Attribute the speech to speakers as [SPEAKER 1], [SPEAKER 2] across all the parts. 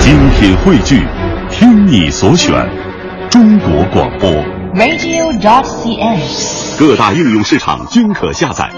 [SPEAKER 1] 精品汇聚，听你所选，中国广播。
[SPEAKER 2] radio.cn。
[SPEAKER 1] 各大应用市场均可下载。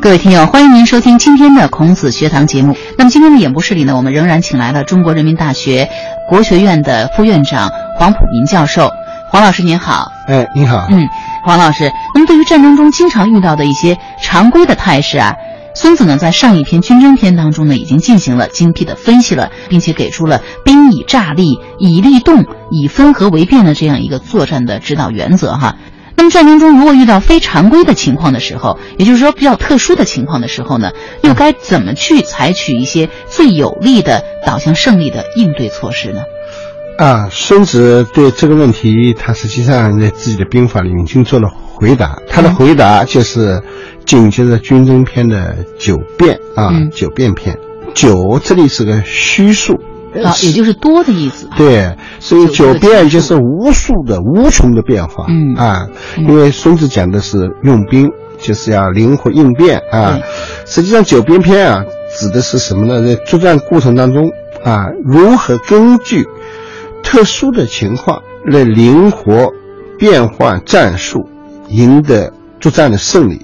[SPEAKER 2] 各位听友，欢迎您收听今天的孔子学堂节目。那么今天的演播室里呢，我们仍然请来了中国人民大学国学院的副院长黄普民教授。黄老师您好，
[SPEAKER 3] 哎，你好，
[SPEAKER 2] 嗯，黄老师，那么对于战争中经常遇到的一些常规的态势啊，孙子呢在上一篇军争篇当中呢已经进行了精辟的分析了，并且给出了兵以诈立，以利动，以分合为变的这样一个作战的指导原则哈。那么战争中如果遇到非常规的情况的时候，也就是说比较特殊的情况的时候呢，又该怎么去采取一些最有利的导向胜利的应对措施呢？
[SPEAKER 3] 啊，孙子对这个问题，他实际上在自己的兵法里已经做了回答。
[SPEAKER 2] 嗯
[SPEAKER 3] 他的回答就是紧接着《军争篇》的九变啊，
[SPEAKER 2] 嗯
[SPEAKER 3] 九变篇。九这里是个虚数，
[SPEAKER 2] 啊，也就是多的意思。
[SPEAKER 3] 呃对，所以
[SPEAKER 2] 九
[SPEAKER 3] 九
[SPEAKER 2] 个
[SPEAKER 3] 变就是无数的、无穷的变化。
[SPEAKER 2] 嗯
[SPEAKER 3] 啊，
[SPEAKER 2] 嗯
[SPEAKER 3] 因为孙子讲的是用兵，就是要灵活应变啊
[SPEAKER 2] 对。
[SPEAKER 3] 实际上，九变篇啊，指的是什么呢？在作战过程当中啊，如何根据特殊的情况来灵活变换战术，赢得作战的胜利。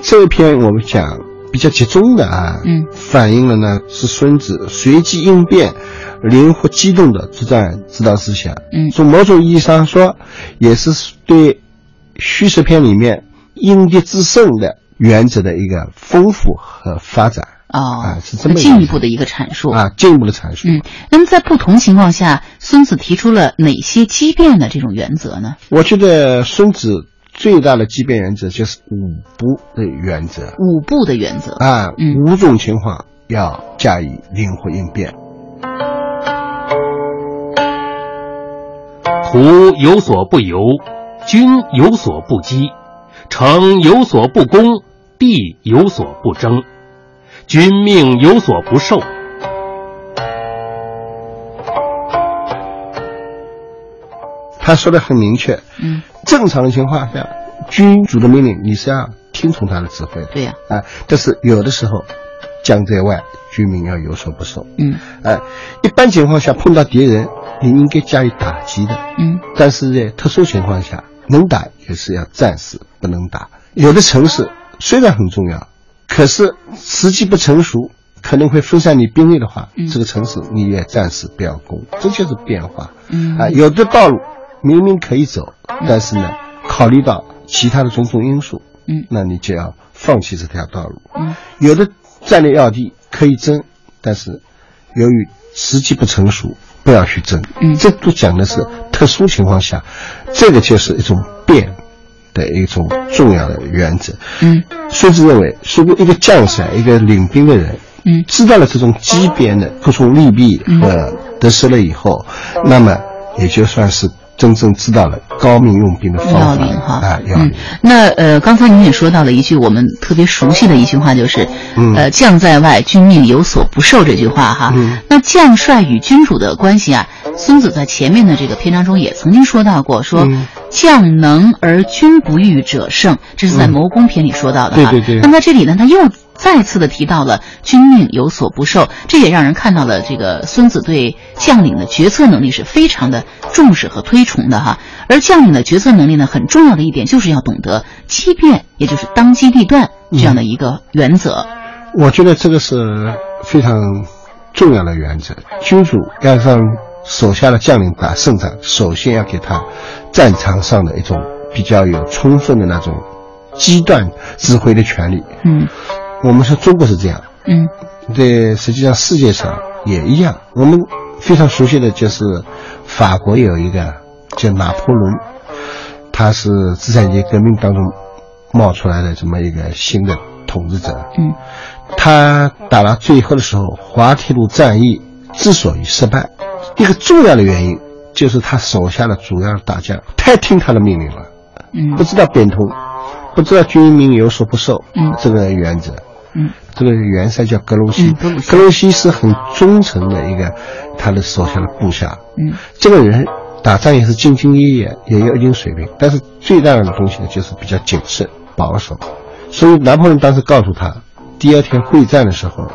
[SPEAKER 3] 这一篇我们讲比较集中的啊，
[SPEAKER 2] 嗯
[SPEAKER 3] 反映了呢是孙子随机应变、灵活机动的作战指导思想。
[SPEAKER 2] 嗯
[SPEAKER 3] 从某种意义上说，也是对虚实篇里面因敌制胜的原则的一个丰富和发展
[SPEAKER 2] 哦
[SPEAKER 3] 啊，是这么一个
[SPEAKER 2] 进一步的一个阐述。
[SPEAKER 3] 啊，进一步的阐述。
[SPEAKER 2] 嗯，那么在不同情况下，孙子提出了哪些畸变的这种原则呢？
[SPEAKER 3] 我觉得孙子最大的基本原则就是五不的原则。
[SPEAKER 2] 五步的原则。
[SPEAKER 3] 啊，
[SPEAKER 2] 嗯
[SPEAKER 3] 五种情况要加以灵活应变。
[SPEAKER 4] 徒有所不由，君有所不击，城有所不攻，地有所不争，君命有所不受。
[SPEAKER 3] 他说的很明确，
[SPEAKER 2] 嗯，
[SPEAKER 3] 正常的情况下，君主的命令你是要听从他的指挥的
[SPEAKER 2] 对呀、
[SPEAKER 3] 啊，但是有的时候，将在外，军民要有所不受。
[SPEAKER 2] 嗯
[SPEAKER 3] 啊，一般情况下碰到敌人，你应该加以打击的，
[SPEAKER 2] 嗯
[SPEAKER 3] 但是在特殊情况下，能打也是要战死，不能打。有的城市虽然很重要，可是时机不成熟，可能会分散你兵力的话，
[SPEAKER 2] 嗯
[SPEAKER 3] 这个城市你也暂时不要攻，这就是变化
[SPEAKER 2] 嗯
[SPEAKER 3] 啊、有的道路明明可以走，但是呢，考虑到其他的种种因素，
[SPEAKER 2] 嗯
[SPEAKER 3] 那你就要放弃这条道路。
[SPEAKER 2] 嗯
[SPEAKER 3] 有的战略要地可以争，但是由于时机不成熟，不要去争。
[SPEAKER 2] 嗯
[SPEAKER 3] 这都讲的是特殊情况下，这个就是一种变的一种重要的原则。
[SPEAKER 2] 嗯
[SPEAKER 3] 孙子认为，如果一个将帅、一个领兵的人，
[SPEAKER 2] 嗯
[SPEAKER 3] 知道了这种机变的各种利弊和得失了以后，那么也就算是真正知道了高明用兵的
[SPEAKER 2] 要
[SPEAKER 3] 方法
[SPEAKER 2] 领哈，
[SPEAKER 3] 啊，要
[SPEAKER 2] 嗯
[SPEAKER 3] 领。，
[SPEAKER 2] 那呃，刚才您也说到了一句我们特别熟悉的一句话，就是，
[SPEAKER 3] 嗯
[SPEAKER 2] 呃，将在外，君命有所不受这句话哈。
[SPEAKER 3] 嗯
[SPEAKER 2] 那将帅与君主的关系啊，孙子在前面的这个篇章中也曾经说到过，说、
[SPEAKER 3] 嗯
[SPEAKER 2] 将能而君不御者胜，这是在
[SPEAKER 3] 嗯
[SPEAKER 2] 《谋攻篇》里说到的哈。
[SPEAKER 3] 对对对
[SPEAKER 2] 啊那么在这里呢，他又再次的提到了君命有所不受，这也让人看到了这个孙子对将领的决策能力是非常的重视和推崇的哈。而将领的决策能力呢，很重要的一点就是要懂得欺变，也就是当机立断这样的一个原则。
[SPEAKER 3] 我觉得这个是非常重要的原则。君主要让手下的将领打胜仗，首先要给他战场上的一种比较有充分的那种机断指挥的权利。
[SPEAKER 2] 嗯
[SPEAKER 3] 我们说中国是这样，
[SPEAKER 2] 嗯
[SPEAKER 3] 对，实际上世界上也一样。我们非常熟悉的就是法国有一个叫拿破仑，他是资产阶级革命当中冒出来的这么一个新的统治者。
[SPEAKER 2] 嗯
[SPEAKER 3] 他打到最后的时候，滑铁卢战役之所以失败，一个重要的原因就是他手下的主要的大将太听他的命令了，不
[SPEAKER 2] 嗯
[SPEAKER 3] 知道变通，不知道军民有所不受，
[SPEAKER 2] 嗯
[SPEAKER 3] 这个原则。
[SPEAKER 2] 嗯
[SPEAKER 3] 这个元帅叫格鲁希，
[SPEAKER 2] 嗯格鲁希
[SPEAKER 3] 格鲁希是很忠诚的一个他的手下的部下。
[SPEAKER 2] 嗯
[SPEAKER 3] 这个人打仗也是兢兢业业，也有一定水平，但是最重要的东西呢，就是比较谨慎保守。所以拿破仑当时告诉他，第二天会战的时候，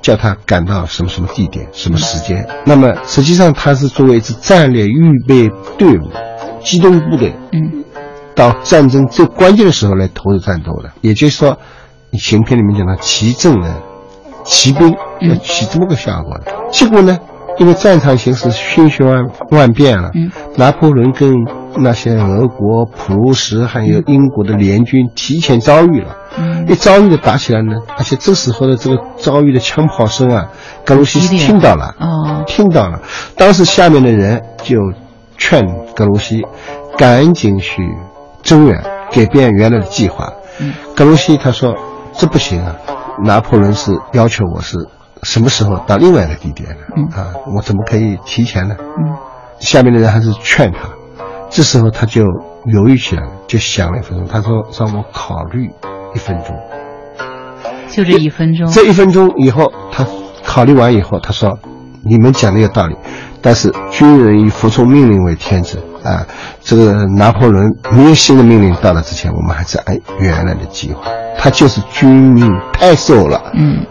[SPEAKER 3] 叫他赶到什么什么地点、什么时间。那么实际上他是作为一支战略预备队伍、机动部队，
[SPEAKER 2] 嗯，
[SPEAKER 3] 到战争最关键的时候来投入战斗的。也就是说，你行篇里面讲的骑阵人、骑兵要起这么个效果的。结果呢，因为战场形势瞬息万万变了，
[SPEAKER 2] 嗯
[SPEAKER 3] 拿破仑跟那些俄国、普鲁士还有英国的联军提前遭遇了。
[SPEAKER 2] 嗯
[SPEAKER 3] 一遭遇的打起来呢，而且这时候的这个遭遇的枪炮声啊，格鲁希
[SPEAKER 2] 激烈
[SPEAKER 3] 听到了，
[SPEAKER 2] 哦，
[SPEAKER 3] 听到了。当时下面的人就劝格鲁希赶紧去增援，改变原来的计划。
[SPEAKER 2] 嗯
[SPEAKER 3] 格鲁希他说：“这不行啊，拿破仑是要求我是什么时候到另外一个地点呢？
[SPEAKER 2] 嗯
[SPEAKER 3] 啊，我怎么可以提前呢？”
[SPEAKER 2] 嗯
[SPEAKER 3] 下面的人还是劝他，这时候他就犹豫起来了，就想了一分钟，他说：“让我考虑一分钟。”
[SPEAKER 2] 就这一分钟，
[SPEAKER 3] 这一分钟以后，他考虑完以后，他说：“你们讲的有道理，但是军人以服从命令为天职啊。这个拿破仑没有新的命令到了之前，我们还是按原来的计划。他就是军命太瘦了，
[SPEAKER 2] 嗯，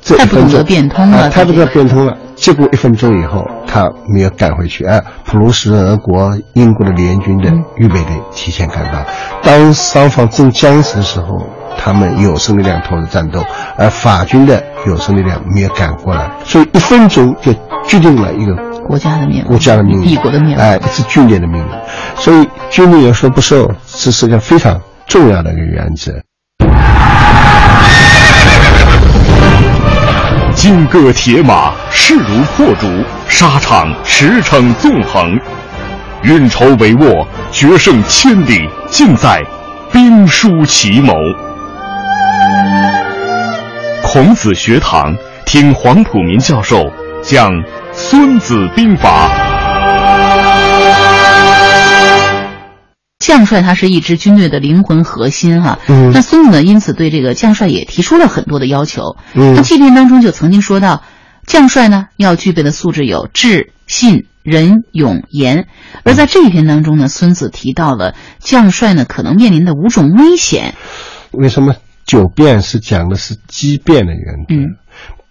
[SPEAKER 3] 这
[SPEAKER 2] 太
[SPEAKER 3] 一
[SPEAKER 2] 不懂
[SPEAKER 3] 分
[SPEAKER 2] 得
[SPEAKER 3] 钟
[SPEAKER 2] 变通了，
[SPEAKER 3] 啊，他
[SPEAKER 2] 这
[SPEAKER 3] 这个变通了。结果一分钟以后，他没有赶回去。啊，普鲁士、俄国、英国的联军的预备队提前赶到。当双方正僵持的时候，他们有生力量投入战斗，而法军的有生力量没有赶过来，所以一分钟就决定了一个
[SPEAKER 2] 国家的面目，
[SPEAKER 3] 国家的命运，
[SPEAKER 2] 帝国的面目，
[SPEAKER 3] 哎，是军队的命运。所以军队有说不受，这是个非常重要的一个原则。
[SPEAKER 1] 金戈铁马，势如破竹；沙场驰骋纵横，运筹帷幄，决胜千里，尽在兵书奇谋。孔子学堂听黄浦民教授讲《孙子兵法》。
[SPEAKER 2] 将帅他是一支军队的灵魂核心哈、
[SPEAKER 3] 嗯
[SPEAKER 2] 那孙子呢，因此对这个将帅也提出了很多的要求。
[SPEAKER 3] 嗯
[SPEAKER 2] 那这篇当中就曾经说到，将帅呢要具备的素质有智、信、仁、勇、严。而在这一篇当中呢，孙子提到了将帅呢可能面临的五种危险。
[SPEAKER 3] 为什么九变是讲的是畸变的原则？
[SPEAKER 2] 嗯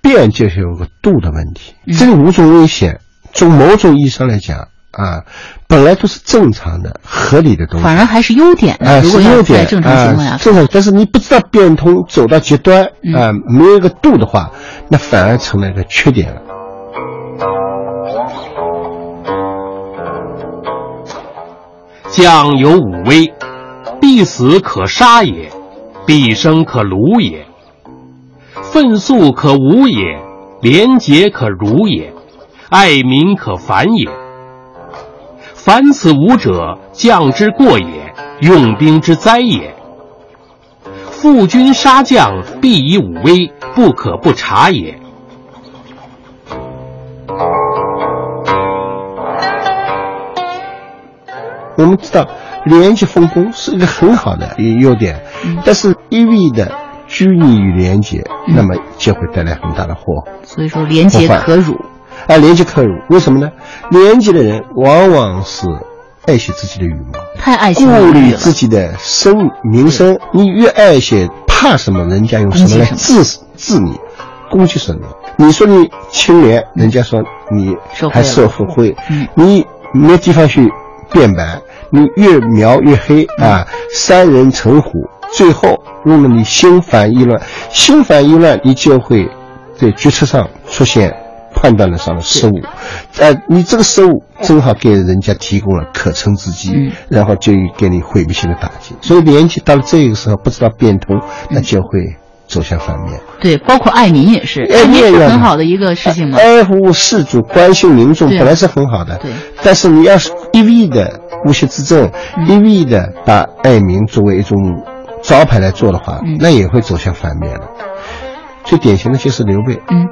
[SPEAKER 3] 变就是有个度的问题
[SPEAKER 2] 嗯。
[SPEAKER 3] 这五种危险，从某种意义上来讲啊，本来都是正常的、合理的东西。
[SPEAKER 2] 反而还是优点呢。
[SPEAKER 3] 啊，
[SPEAKER 2] 如果
[SPEAKER 3] 嗯是
[SPEAKER 2] 要
[SPEAKER 3] 优
[SPEAKER 2] 在
[SPEAKER 3] 点
[SPEAKER 2] 正常情况下
[SPEAKER 3] 啊，，正常。但是你不知道变通，走到极端
[SPEAKER 2] 嗯
[SPEAKER 3] 啊，没有一个度的话，那反而成了一个缺点了。
[SPEAKER 4] 将有五危：必死可杀也，必生可虏也，愤素可侮也，廉洁可辱也，爱民可反也。凡此五者，将之过也，用兵之灾也。负君杀将，必以五危，不可不察也。
[SPEAKER 3] 我们知道廉洁奉公是一个很好的优点，但是一味的拘泥于廉洁，
[SPEAKER 2] 嗯
[SPEAKER 3] 那么就会带来很大的祸害。
[SPEAKER 2] 所以说廉洁可辱。
[SPEAKER 3] 啊，廉洁可辱，为什么呢？廉洁的人往往是爱惜自己的羽毛，
[SPEAKER 2] 太爱惜
[SPEAKER 3] 顾
[SPEAKER 2] 物
[SPEAKER 3] 虑
[SPEAKER 2] 欲
[SPEAKER 3] 自
[SPEAKER 2] 了，
[SPEAKER 3] 己的声名声。你越爱惜，怕什么？人家用什么来
[SPEAKER 2] 攻击
[SPEAKER 3] 治治你，攻击什么？你说你清廉，人家说你
[SPEAKER 2] 受贿
[SPEAKER 3] 还
[SPEAKER 2] 了
[SPEAKER 3] 受腐贿
[SPEAKER 2] 嗯，
[SPEAKER 3] 你没地方去辩白，你越描越黑
[SPEAKER 2] 嗯
[SPEAKER 3] 啊，三人成虎，最后弄得你心烦意乱，心烦意乱，你就会在决策上出现。判断上的失误，呃，你这个失误正好给人家提供了可乘之机，
[SPEAKER 2] 嗯
[SPEAKER 3] 然后就给你毁灭性的打击。所以年纪到了这个时候，不知道变通，
[SPEAKER 2] 嗯
[SPEAKER 3] 那就会走向反面。
[SPEAKER 2] 对，包括爱民也是，
[SPEAKER 3] 哎
[SPEAKER 2] 爱民也
[SPEAKER 3] 你
[SPEAKER 2] 是
[SPEAKER 3] 也哎
[SPEAKER 2] 很好的一个事情嘛。
[SPEAKER 3] 爱护事主、关心民众
[SPEAKER 2] 对啊
[SPEAKER 3] 本来是很好的，
[SPEAKER 2] 对
[SPEAKER 3] 但是你要是一味的姑息之政，
[SPEAKER 2] 嗯
[SPEAKER 3] 一味的把爱民作为一种招牌来做的话，
[SPEAKER 2] 嗯
[SPEAKER 3] 那也会走向反面了。最典型的就是刘备，
[SPEAKER 2] 嗯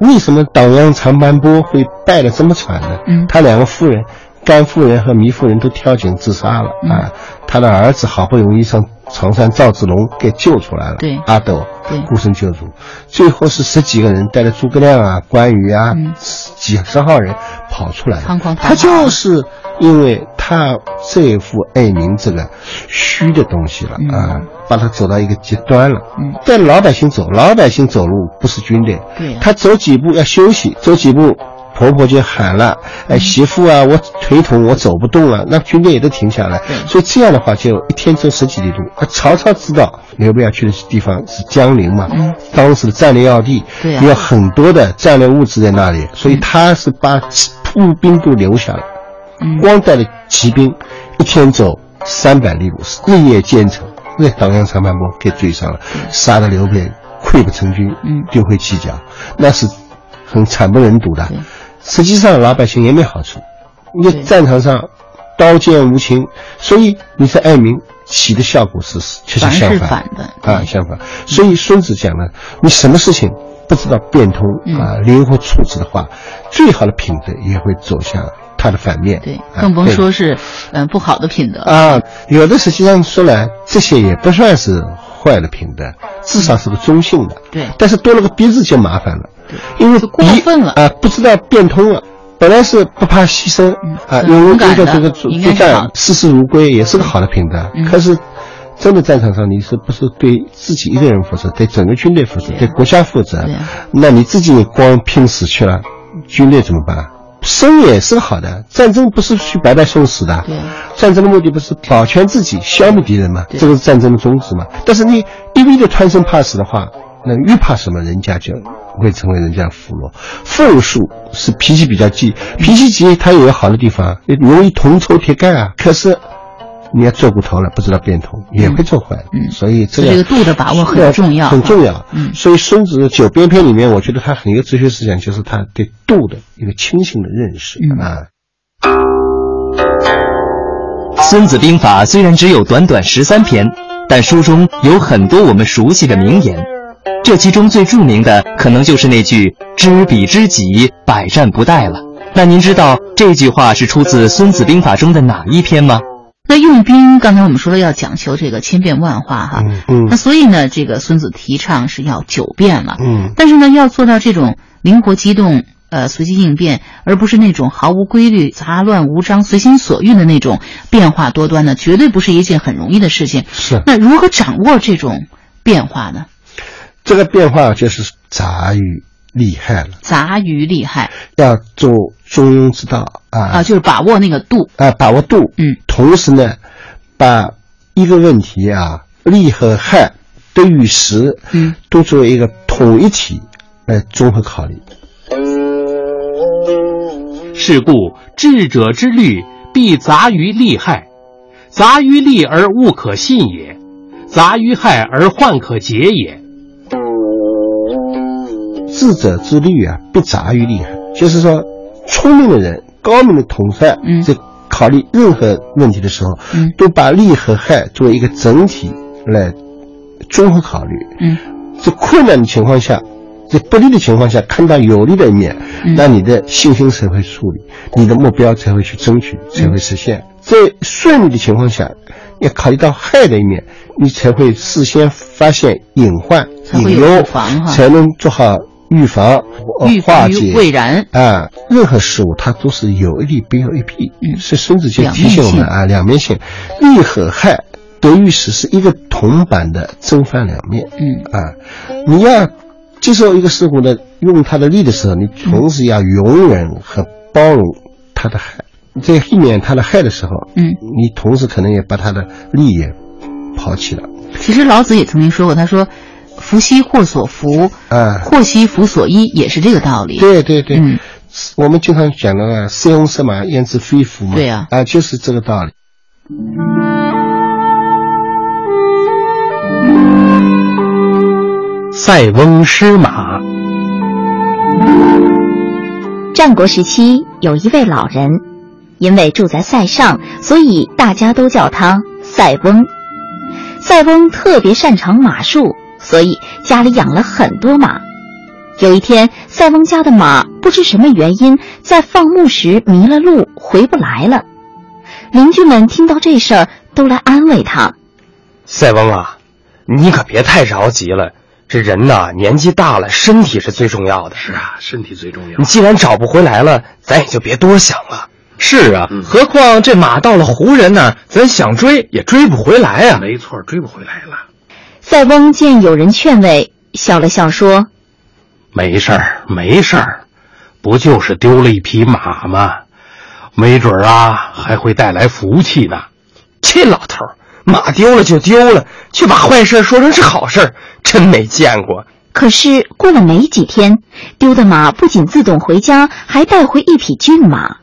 [SPEAKER 3] 为什么党央长坂坡会败得这么惨呢？
[SPEAKER 2] 嗯
[SPEAKER 3] 他两个夫人，甘夫人和糜夫人都跳井自杀了、
[SPEAKER 2] 嗯
[SPEAKER 3] 啊！他的儿子好不容易从常山赵子龙给救出来了，
[SPEAKER 2] 对
[SPEAKER 3] 阿斗
[SPEAKER 2] 对
[SPEAKER 3] 孤身救主，最后是十几个人带着诸葛亮啊、关羽啊、
[SPEAKER 2] 嗯
[SPEAKER 3] 几十号人跑出来的
[SPEAKER 2] 仓皇逃跑
[SPEAKER 3] 他就是因为他这副爱民这个虚的东西了
[SPEAKER 2] 嗯
[SPEAKER 3] 啊，把他走到一个极端了。
[SPEAKER 2] 嗯，
[SPEAKER 3] 但老百姓走，老百姓走路不是军队，
[SPEAKER 2] 对呀啊
[SPEAKER 3] 他走几步要休息，走几步。婆婆就喊了：“
[SPEAKER 2] 嗯
[SPEAKER 3] 哎，媳妇啊，我腿痛，我走不动了。”那军队也都停下来
[SPEAKER 2] 对，
[SPEAKER 3] 所以这样的话就一天走十几里路。那曹操知道刘备要去的地方是江陵嘛，
[SPEAKER 2] 嗯
[SPEAKER 3] 当时的战略要地，
[SPEAKER 2] 对啊
[SPEAKER 3] 有很多的战略物资在那里，所以他是把骑步兵都留下了，
[SPEAKER 2] 嗯
[SPEAKER 3] 光带了骑兵，一天走三百里路，日夜兼程，被党项长坂坡给追上了，杀的刘备溃不成军，
[SPEAKER 2] 嗯
[SPEAKER 3] 丢盔弃甲，那是很惨不忍睹的
[SPEAKER 2] 对。
[SPEAKER 3] 实际上老百姓也没好处，你
[SPEAKER 2] 对
[SPEAKER 3] 在战场上刀剑无情，所以你在爱民起的效果是是确实
[SPEAKER 2] 反而
[SPEAKER 3] 相
[SPEAKER 2] 是
[SPEAKER 3] 反。
[SPEAKER 2] 反的。
[SPEAKER 3] 啊，相反，所以孙子讲呢，你什么事情不知道变通
[SPEAKER 2] 嗯
[SPEAKER 3] 啊，灵活处置的话，最好的品德也会走向它的反面。
[SPEAKER 2] 对，
[SPEAKER 3] 啊
[SPEAKER 2] 更甭
[SPEAKER 3] 对
[SPEAKER 2] 说是嗯不好的品德。
[SPEAKER 3] 啊，有的实际上说来，这些也不算是坏的品德，至少是个中性的。
[SPEAKER 2] 对
[SPEAKER 3] 但是多了个“逼”字就麻烦了，因为
[SPEAKER 2] 就过
[SPEAKER 3] 逼
[SPEAKER 2] 分了
[SPEAKER 3] 啊，不知道变通了。本来是不怕牺牲
[SPEAKER 2] 嗯
[SPEAKER 3] 啊，
[SPEAKER 2] 很
[SPEAKER 3] 勇
[SPEAKER 2] 勇
[SPEAKER 3] 于
[SPEAKER 2] 敢
[SPEAKER 3] 这
[SPEAKER 2] 的
[SPEAKER 3] 个这个作
[SPEAKER 2] 应该
[SPEAKER 3] 作
[SPEAKER 2] 是好
[SPEAKER 3] 战
[SPEAKER 2] 的，
[SPEAKER 3] 视死如归也是个好的品德
[SPEAKER 2] 嗯。
[SPEAKER 3] 可是，真的战场上你是不是对自己一个人负责，对整个军队负责，对国家负责
[SPEAKER 2] 对啊？
[SPEAKER 3] 那你自己光拼死去了，军队怎么办？生也是个好的，战争不是去白白送死的。
[SPEAKER 2] 对啊
[SPEAKER 3] 战争的目的不是保全自己、消灭敌人嘛？
[SPEAKER 2] 对
[SPEAKER 3] 这个是战争的宗旨嘛。但是你一味的贪生怕死的话，那越怕什么，人家就会成为人家的俘虏。凤树是脾气比较急，脾气急它也有好的地方，啊容易铜臭铁干啊。可是你要做过头了，不知道变通，也会做坏。
[SPEAKER 2] 嗯
[SPEAKER 3] 所以这
[SPEAKER 2] 所以这
[SPEAKER 3] 个
[SPEAKER 2] 个度的把握很重要
[SPEAKER 3] 很重要。
[SPEAKER 2] 嗯
[SPEAKER 3] 所以孙子的九编篇里面，我觉得他很有哲学思想，就是他对度的一个清醒的认识、
[SPEAKER 2] 嗯
[SPEAKER 3] 啊。
[SPEAKER 5] 《孙子兵法》虽然只有短短十三篇，但书中有很多我们熟悉的名言。这其中最著名的，可能就是那句“知彼知己，百战不殆”了。那您知道这句话是出自《孙子兵法》中的哪一篇吗？
[SPEAKER 2] 那用兵，刚才我们说了要讲求这个千变万化哈，
[SPEAKER 3] 嗯嗯
[SPEAKER 2] 那所以呢，这个孙子提倡是要九变了，
[SPEAKER 3] 嗯
[SPEAKER 2] 但是呢，要做到这种灵活机动。呃，随机应变，而不是那种毫无规律、杂乱无章、随心所欲的那种变化多端呢，绝对不是一件很容易的事情。
[SPEAKER 3] 是。
[SPEAKER 2] 那如何掌握这种变化呢？
[SPEAKER 3] 这个变化就是杂于厉害了，
[SPEAKER 2] 杂于厉害
[SPEAKER 3] 要做中庸之道啊
[SPEAKER 2] 啊，就是把握那个度。
[SPEAKER 3] 啊把握度，
[SPEAKER 2] 嗯，
[SPEAKER 3] 同时呢，把一个问题啊利和害、得与失，
[SPEAKER 2] 嗯，
[SPEAKER 3] 都作为一个统一体来综合考虑。
[SPEAKER 4] 是故智者之虑，必杂于利害；杂于利而物可信也，杂于害而患可解也。
[SPEAKER 3] 智者之虑啊，必杂于厉害，就是说，聪明的人、高明的统帅，
[SPEAKER 2] 嗯
[SPEAKER 3] 在考虑任何问题的时候，
[SPEAKER 2] 嗯
[SPEAKER 3] 都把利和害作为一个整体来综合考虑。
[SPEAKER 2] 嗯，
[SPEAKER 3] 在困难的情况下，在不利的情况下，看到有利的一面，
[SPEAKER 2] 嗯
[SPEAKER 3] 那你的信心才会树立，你的目标才会去争取，
[SPEAKER 2] 嗯
[SPEAKER 3] 才会实现。在顺利的情况下，要考虑到害的一面，你才会事先发现隐患、
[SPEAKER 2] 才会有
[SPEAKER 3] 隐忧
[SPEAKER 2] 预防，哈
[SPEAKER 3] 才能做好预防、呃
[SPEAKER 2] 欲
[SPEAKER 3] 化
[SPEAKER 2] 于未
[SPEAKER 3] 解。
[SPEAKER 2] 然。
[SPEAKER 3] 啊，任何事物它都是有一利必有一弊，
[SPEAKER 2] 嗯
[SPEAKER 3] 是孙子就提醒我
[SPEAKER 2] 两
[SPEAKER 3] 们
[SPEAKER 2] 面性
[SPEAKER 3] 啊，两面性，利和害得与失是一个铜板的正反两面。
[SPEAKER 2] 嗯
[SPEAKER 3] 啊，你要接受一个事物的用它的力的时候，你同时要容忍和包容它的害，在避免它的害的时候，
[SPEAKER 2] 嗯，
[SPEAKER 3] 你同时可能也把它的利也抛弃了。
[SPEAKER 2] 其实老子也曾经说过，他说：“福兮祸所伏，
[SPEAKER 3] 啊
[SPEAKER 2] 祸兮福所依”，也是这个道理。
[SPEAKER 3] 对对对，
[SPEAKER 2] 嗯
[SPEAKER 3] 我们经常讲的“塞翁失马，焉知非福”嘛，
[SPEAKER 2] 对啊
[SPEAKER 3] 啊，就是这个道理。
[SPEAKER 4] 塞翁失马。
[SPEAKER 6] 战国时期有一位老人，因为住在塞上，所以大家都叫他塞翁。塞翁特别擅长马术，所以家里养了很多马。有一天，塞翁家的马不知什么原因，在放牧时迷了路，回不来了。邻居们听到这事儿，都来安慰他。
[SPEAKER 7] 塞翁啊，你可别太着急了，
[SPEAKER 4] 这人呐，年纪大了，身体是最重要的。
[SPEAKER 8] 是啊，身体最重要
[SPEAKER 4] 你。既然找不回来了，咱也就别多想了。
[SPEAKER 9] 是啊，
[SPEAKER 8] 嗯
[SPEAKER 9] 何况这马到了胡人那儿，咱想追也追不回来啊。
[SPEAKER 8] 没错，追不回来了。
[SPEAKER 2] 塞翁见有人劝慰，笑了笑说
[SPEAKER 8] 没事儿，没事儿，不就是丢了一匹马吗？没准儿啊，还会带来福气呢。
[SPEAKER 4] 这老头儿，马丢了就丢了，却把坏事说成是好事，真没见过。：“
[SPEAKER 2] 可是过了没几天，丢的马不仅自动回家，还带回一匹骏马。”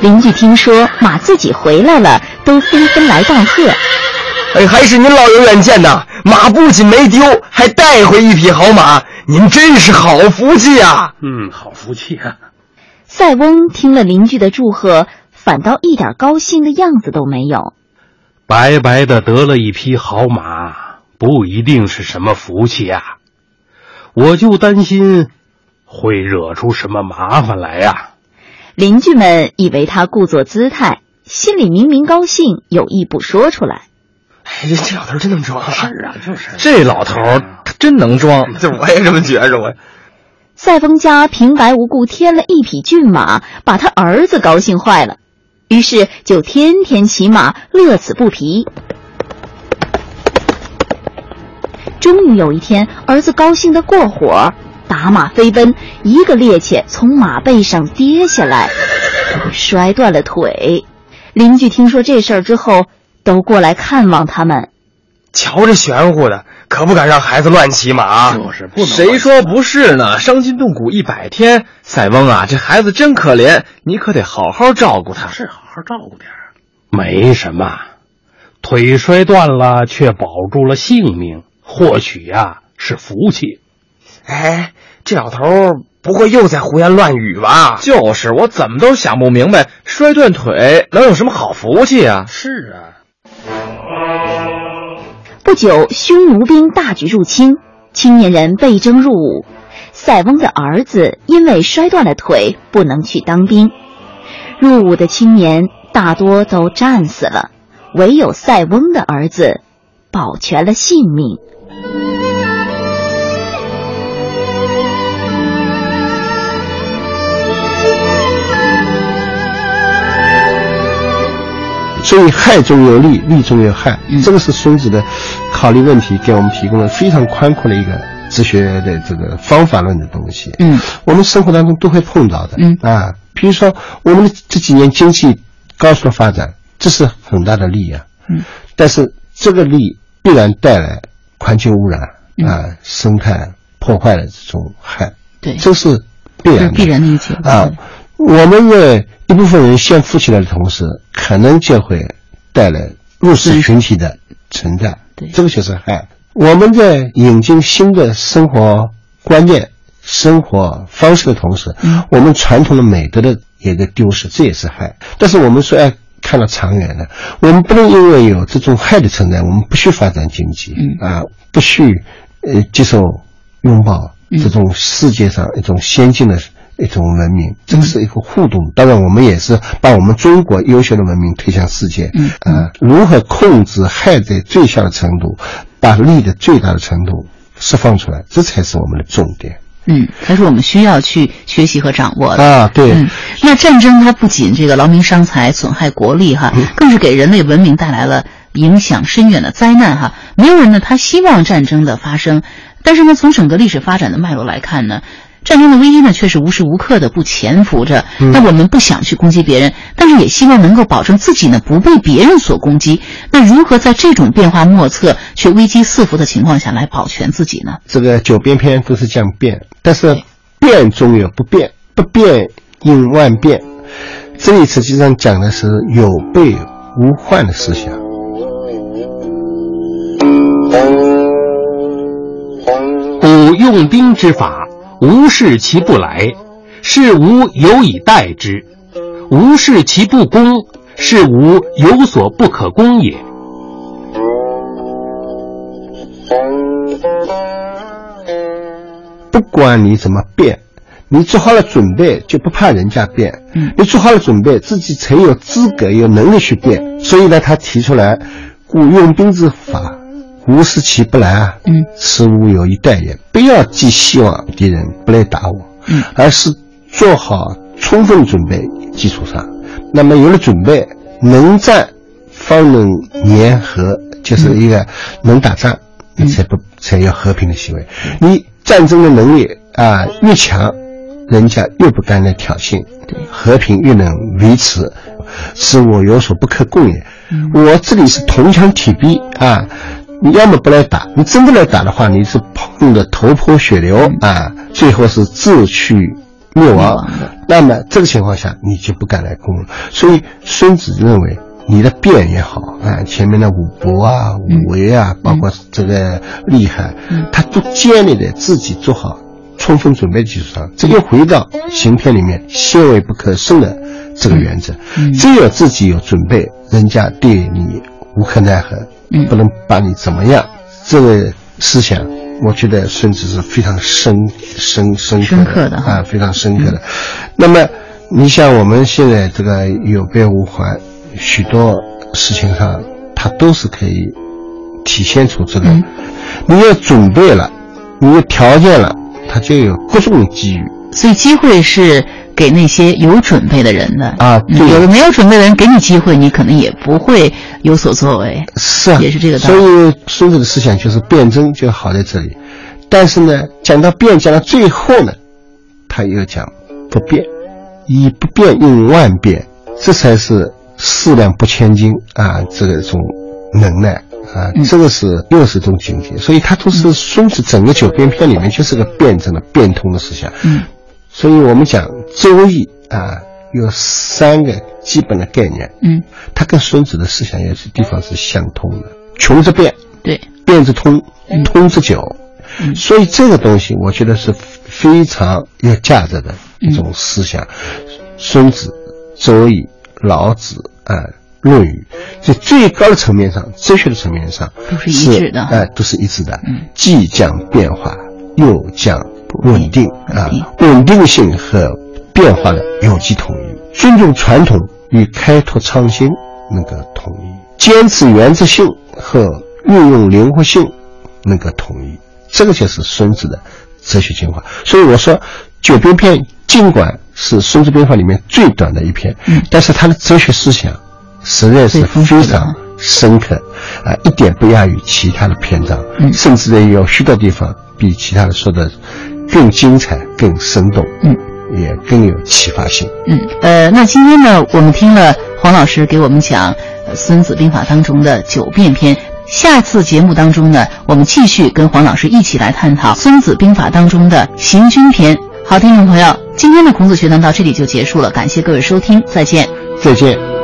[SPEAKER 2] 邻居听说马自己回来了，都纷纷来道贺。
[SPEAKER 4] 哎，还是您老有远见呐！马不仅没丢，还带回一匹好马，您真是好福气啊！
[SPEAKER 8] 嗯，好福气啊。
[SPEAKER 2] 塞翁听了邻居的祝贺，反倒一点高兴的样子都没有。
[SPEAKER 8] 白白的得了一匹好马，不一定是什么福气呀、我就担心会惹出什么麻烦来呀、
[SPEAKER 2] 邻居们以为他故作姿态，心里明明高兴，有意不说出来。
[SPEAKER 4] 哎，这老头儿真能装啊！是啊，就是
[SPEAKER 9] 这老头儿他真能 装，
[SPEAKER 4] 这我也这么觉着我。
[SPEAKER 2] 赛风家平白无故添了一匹骏马，把他儿子高兴坏了，于是就天天骑马，乐此不疲。终于有一天，儿子高兴得过火，打马飞奔，一个趔趄从马背上跌下来，摔断了腿。邻居听说这事儿之后，都过来看望他们。
[SPEAKER 4] 瞧这玄乎的，可不敢让孩子乱骑马啊。
[SPEAKER 8] 就是不能
[SPEAKER 9] 谁说不是呢？伤筋动骨一百天，塞翁啊，这孩子真可怜，你可得好好照顾他。
[SPEAKER 8] 是好好照顾点儿。没什么，腿摔断了却保住了性命，或许呀、是福气。
[SPEAKER 4] 哎，这老头儿不会又在胡言乱语吧？
[SPEAKER 9] 就是我怎么都想不明白，摔断腿能有什么好福气啊？
[SPEAKER 8] 是啊，
[SPEAKER 2] 不久，匈奴兵大举入侵，青年人被征入伍。塞翁的儿子因为摔断了腿，不能去当兵。入伍的青年大多都战死了，唯有塞翁的儿子保全了性命。
[SPEAKER 3] 所以害中有利，利中有害，这个是孙子的考虑问题给我们提供了非常宽阔的一个哲学的这个方法论的东西。
[SPEAKER 10] 嗯，
[SPEAKER 3] 我们生活当中都会碰到的。
[SPEAKER 10] 嗯
[SPEAKER 3] 啊，比如说我们这几年经济高速发展，这是很大的利啊。
[SPEAKER 10] 嗯，
[SPEAKER 3] 但是这个利必然带来环境污染啊、生态破坏的这种害，
[SPEAKER 10] 对，
[SPEAKER 3] 这是必
[SPEAKER 10] 这
[SPEAKER 3] 然
[SPEAKER 10] 是
[SPEAKER 3] 的。
[SPEAKER 10] 必然的一结果。
[SPEAKER 3] 啊，我们的一部分人先富起来的同时，可能就会带来弱势群体的存在，
[SPEAKER 10] 对
[SPEAKER 3] 这个就是害。我们在引进新的生活观念、生活方式的同时，
[SPEAKER 10] 嗯
[SPEAKER 3] 我们传统的美德的也在丢失，这也是害。但是我们说要看到长远的，我们不能因为有这种害的存在，我们不去发展经济，
[SPEAKER 10] 嗯
[SPEAKER 3] 啊，不去呃接受拥抱
[SPEAKER 10] 嗯嗯
[SPEAKER 3] 这种世界上一种先进的一种文明，这个是一个互动。当然，我们也是把我们中国优秀的文明推向世界。
[SPEAKER 10] 嗯
[SPEAKER 3] 啊，如何控制害在最小的程度，把利的最大的程度释放出来，这才是我们的重点
[SPEAKER 10] 嗯，它是我们需要去学习和掌握的。
[SPEAKER 3] 啊！对，
[SPEAKER 10] 嗯，那战争它不仅这个劳民伤财、损害国力哈，更是给人类文明带来了影响深远的灾难哈。没有人呢，他希望战争的发生，但是呢，从整个历史发展的脉络来看呢。战争的危机呢，却是无时无刻的不潜伏着。那我们不想去攻击别人，但是也希望能够保证自己呢不被别人所攻击。那如何在这种变化莫测却危机四伏的情况下来保全自己呢？
[SPEAKER 3] 这个九编篇都是讲变，但是变中有不变，不变应万变。这里实际上讲的是有备无患的思想。
[SPEAKER 11] 古用兵之法，无事其不来，是吾有以待之；无事其不攻，是吾有所不可攻也。
[SPEAKER 3] 不管你怎么变，你做好了准备，就不怕人家变。
[SPEAKER 2] 嗯
[SPEAKER 3] 你做好了准备，自己才有资格、有能力去变。所以呢，他提出来“故用兵之法，无事其不来啊，
[SPEAKER 2] 嗯，
[SPEAKER 3] 此吾有一代也。不要寄希望敌人不来打我，
[SPEAKER 2] 嗯，
[SPEAKER 3] 而是做好充分准备基础上，那么有了准备，能战方能言和，就是一个能打仗，那才不才有和平的行为。你战争的能力啊、越强，人家越不敢来挑衅，和平越能维持，是我有所不可共也。我这里是铜墙铁壁啊。你要么不来打，你真的来打的话，你是碰得头破血流、啊，最后是自取灭亡。那么这个情况下，你就不敢来攻了。所以孙子认为，你的变也好啊，前面的武伯啊、武为啊，
[SPEAKER 2] 嗯
[SPEAKER 3] 包括这个厉害，他都建立在自己做好充分准备基础上。这就回到行骗里面“先为不可胜”的这个原则。
[SPEAKER 2] 嗯
[SPEAKER 3] 只有自己有准备，人家对你无可奈何，
[SPEAKER 2] 嗯
[SPEAKER 3] 不能把你怎么样。这个思想，我觉得孙子是非常深深深刻
[SPEAKER 2] 深刻的哈
[SPEAKER 3] 啊，非常深刻的。那么，你像我们现在这个有备无患，许多事情上，它都是可以体现出这个。你有准备了，你有条件了，它就有各种机遇。
[SPEAKER 2] 所以机会是给那些有准备的人的
[SPEAKER 3] 啊
[SPEAKER 2] 嗯
[SPEAKER 3] 对
[SPEAKER 2] 有的没有准备的人给你机会，你可能也不会有所作为。
[SPEAKER 3] 是啊，
[SPEAKER 2] 也是这个道理
[SPEAKER 3] 所以孙子的思想就是辩证就好在这里，但是呢，讲到辩，讲到最后呢，他又讲不变，以不变应万变，这才是四两拨千斤啊，这个种能耐。啊，
[SPEAKER 2] 嗯
[SPEAKER 3] 这个是又是一种境界，所以它都是孙子整个九变篇里面就是个辩证的、变通的思想。
[SPEAKER 2] 嗯，
[SPEAKER 3] 所以我们讲《周易》啊，有三个基本的概念。
[SPEAKER 2] 嗯，
[SPEAKER 3] 它跟孙子的思想有些地方是相通的。穷则变，
[SPEAKER 2] 对，
[SPEAKER 3] 变则通，通则久。
[SPEAKER 2] 嗯
[SPEAKER 3] 所以这个东西，我觉得是非常有价值的一种思想。孙子、周易、老子啊，论语》在最高的层面上，哲学的层面上
[SPEAKER 2] 都是一致的
[SPEAKER 3] 哎、都是一致的。既讲变化，又讲稳定啊、稳定性和变化的有机统一，尊重传统与开拓创新能够统一，坚持原则性和运用灵活性能够统一，这个就是孙子的哲学精华。所以我说，《九编篇》尽管是《孙子兵法》里面最短的一篇，但是他的哲学思想实在是非常深刻，啊、一点不亚于其他的篇章，甚至呢有许多地方比其他的说的更精彩、更生动，嗯，也更有启发性。
[SPEAKER 2] 嗯，呃，那今天呢，我们听了黄老师给我们讲《呃孙子兵法》当中的九变篇。下次节目当中呢，我们继续跟黄老师一起来探讨《孙子兵法》当中的行军篇。好，听众朋友，今天的孔子学堂到这里就结束了，感谢各位收听，再见。
[SPEAKER 3] 再见。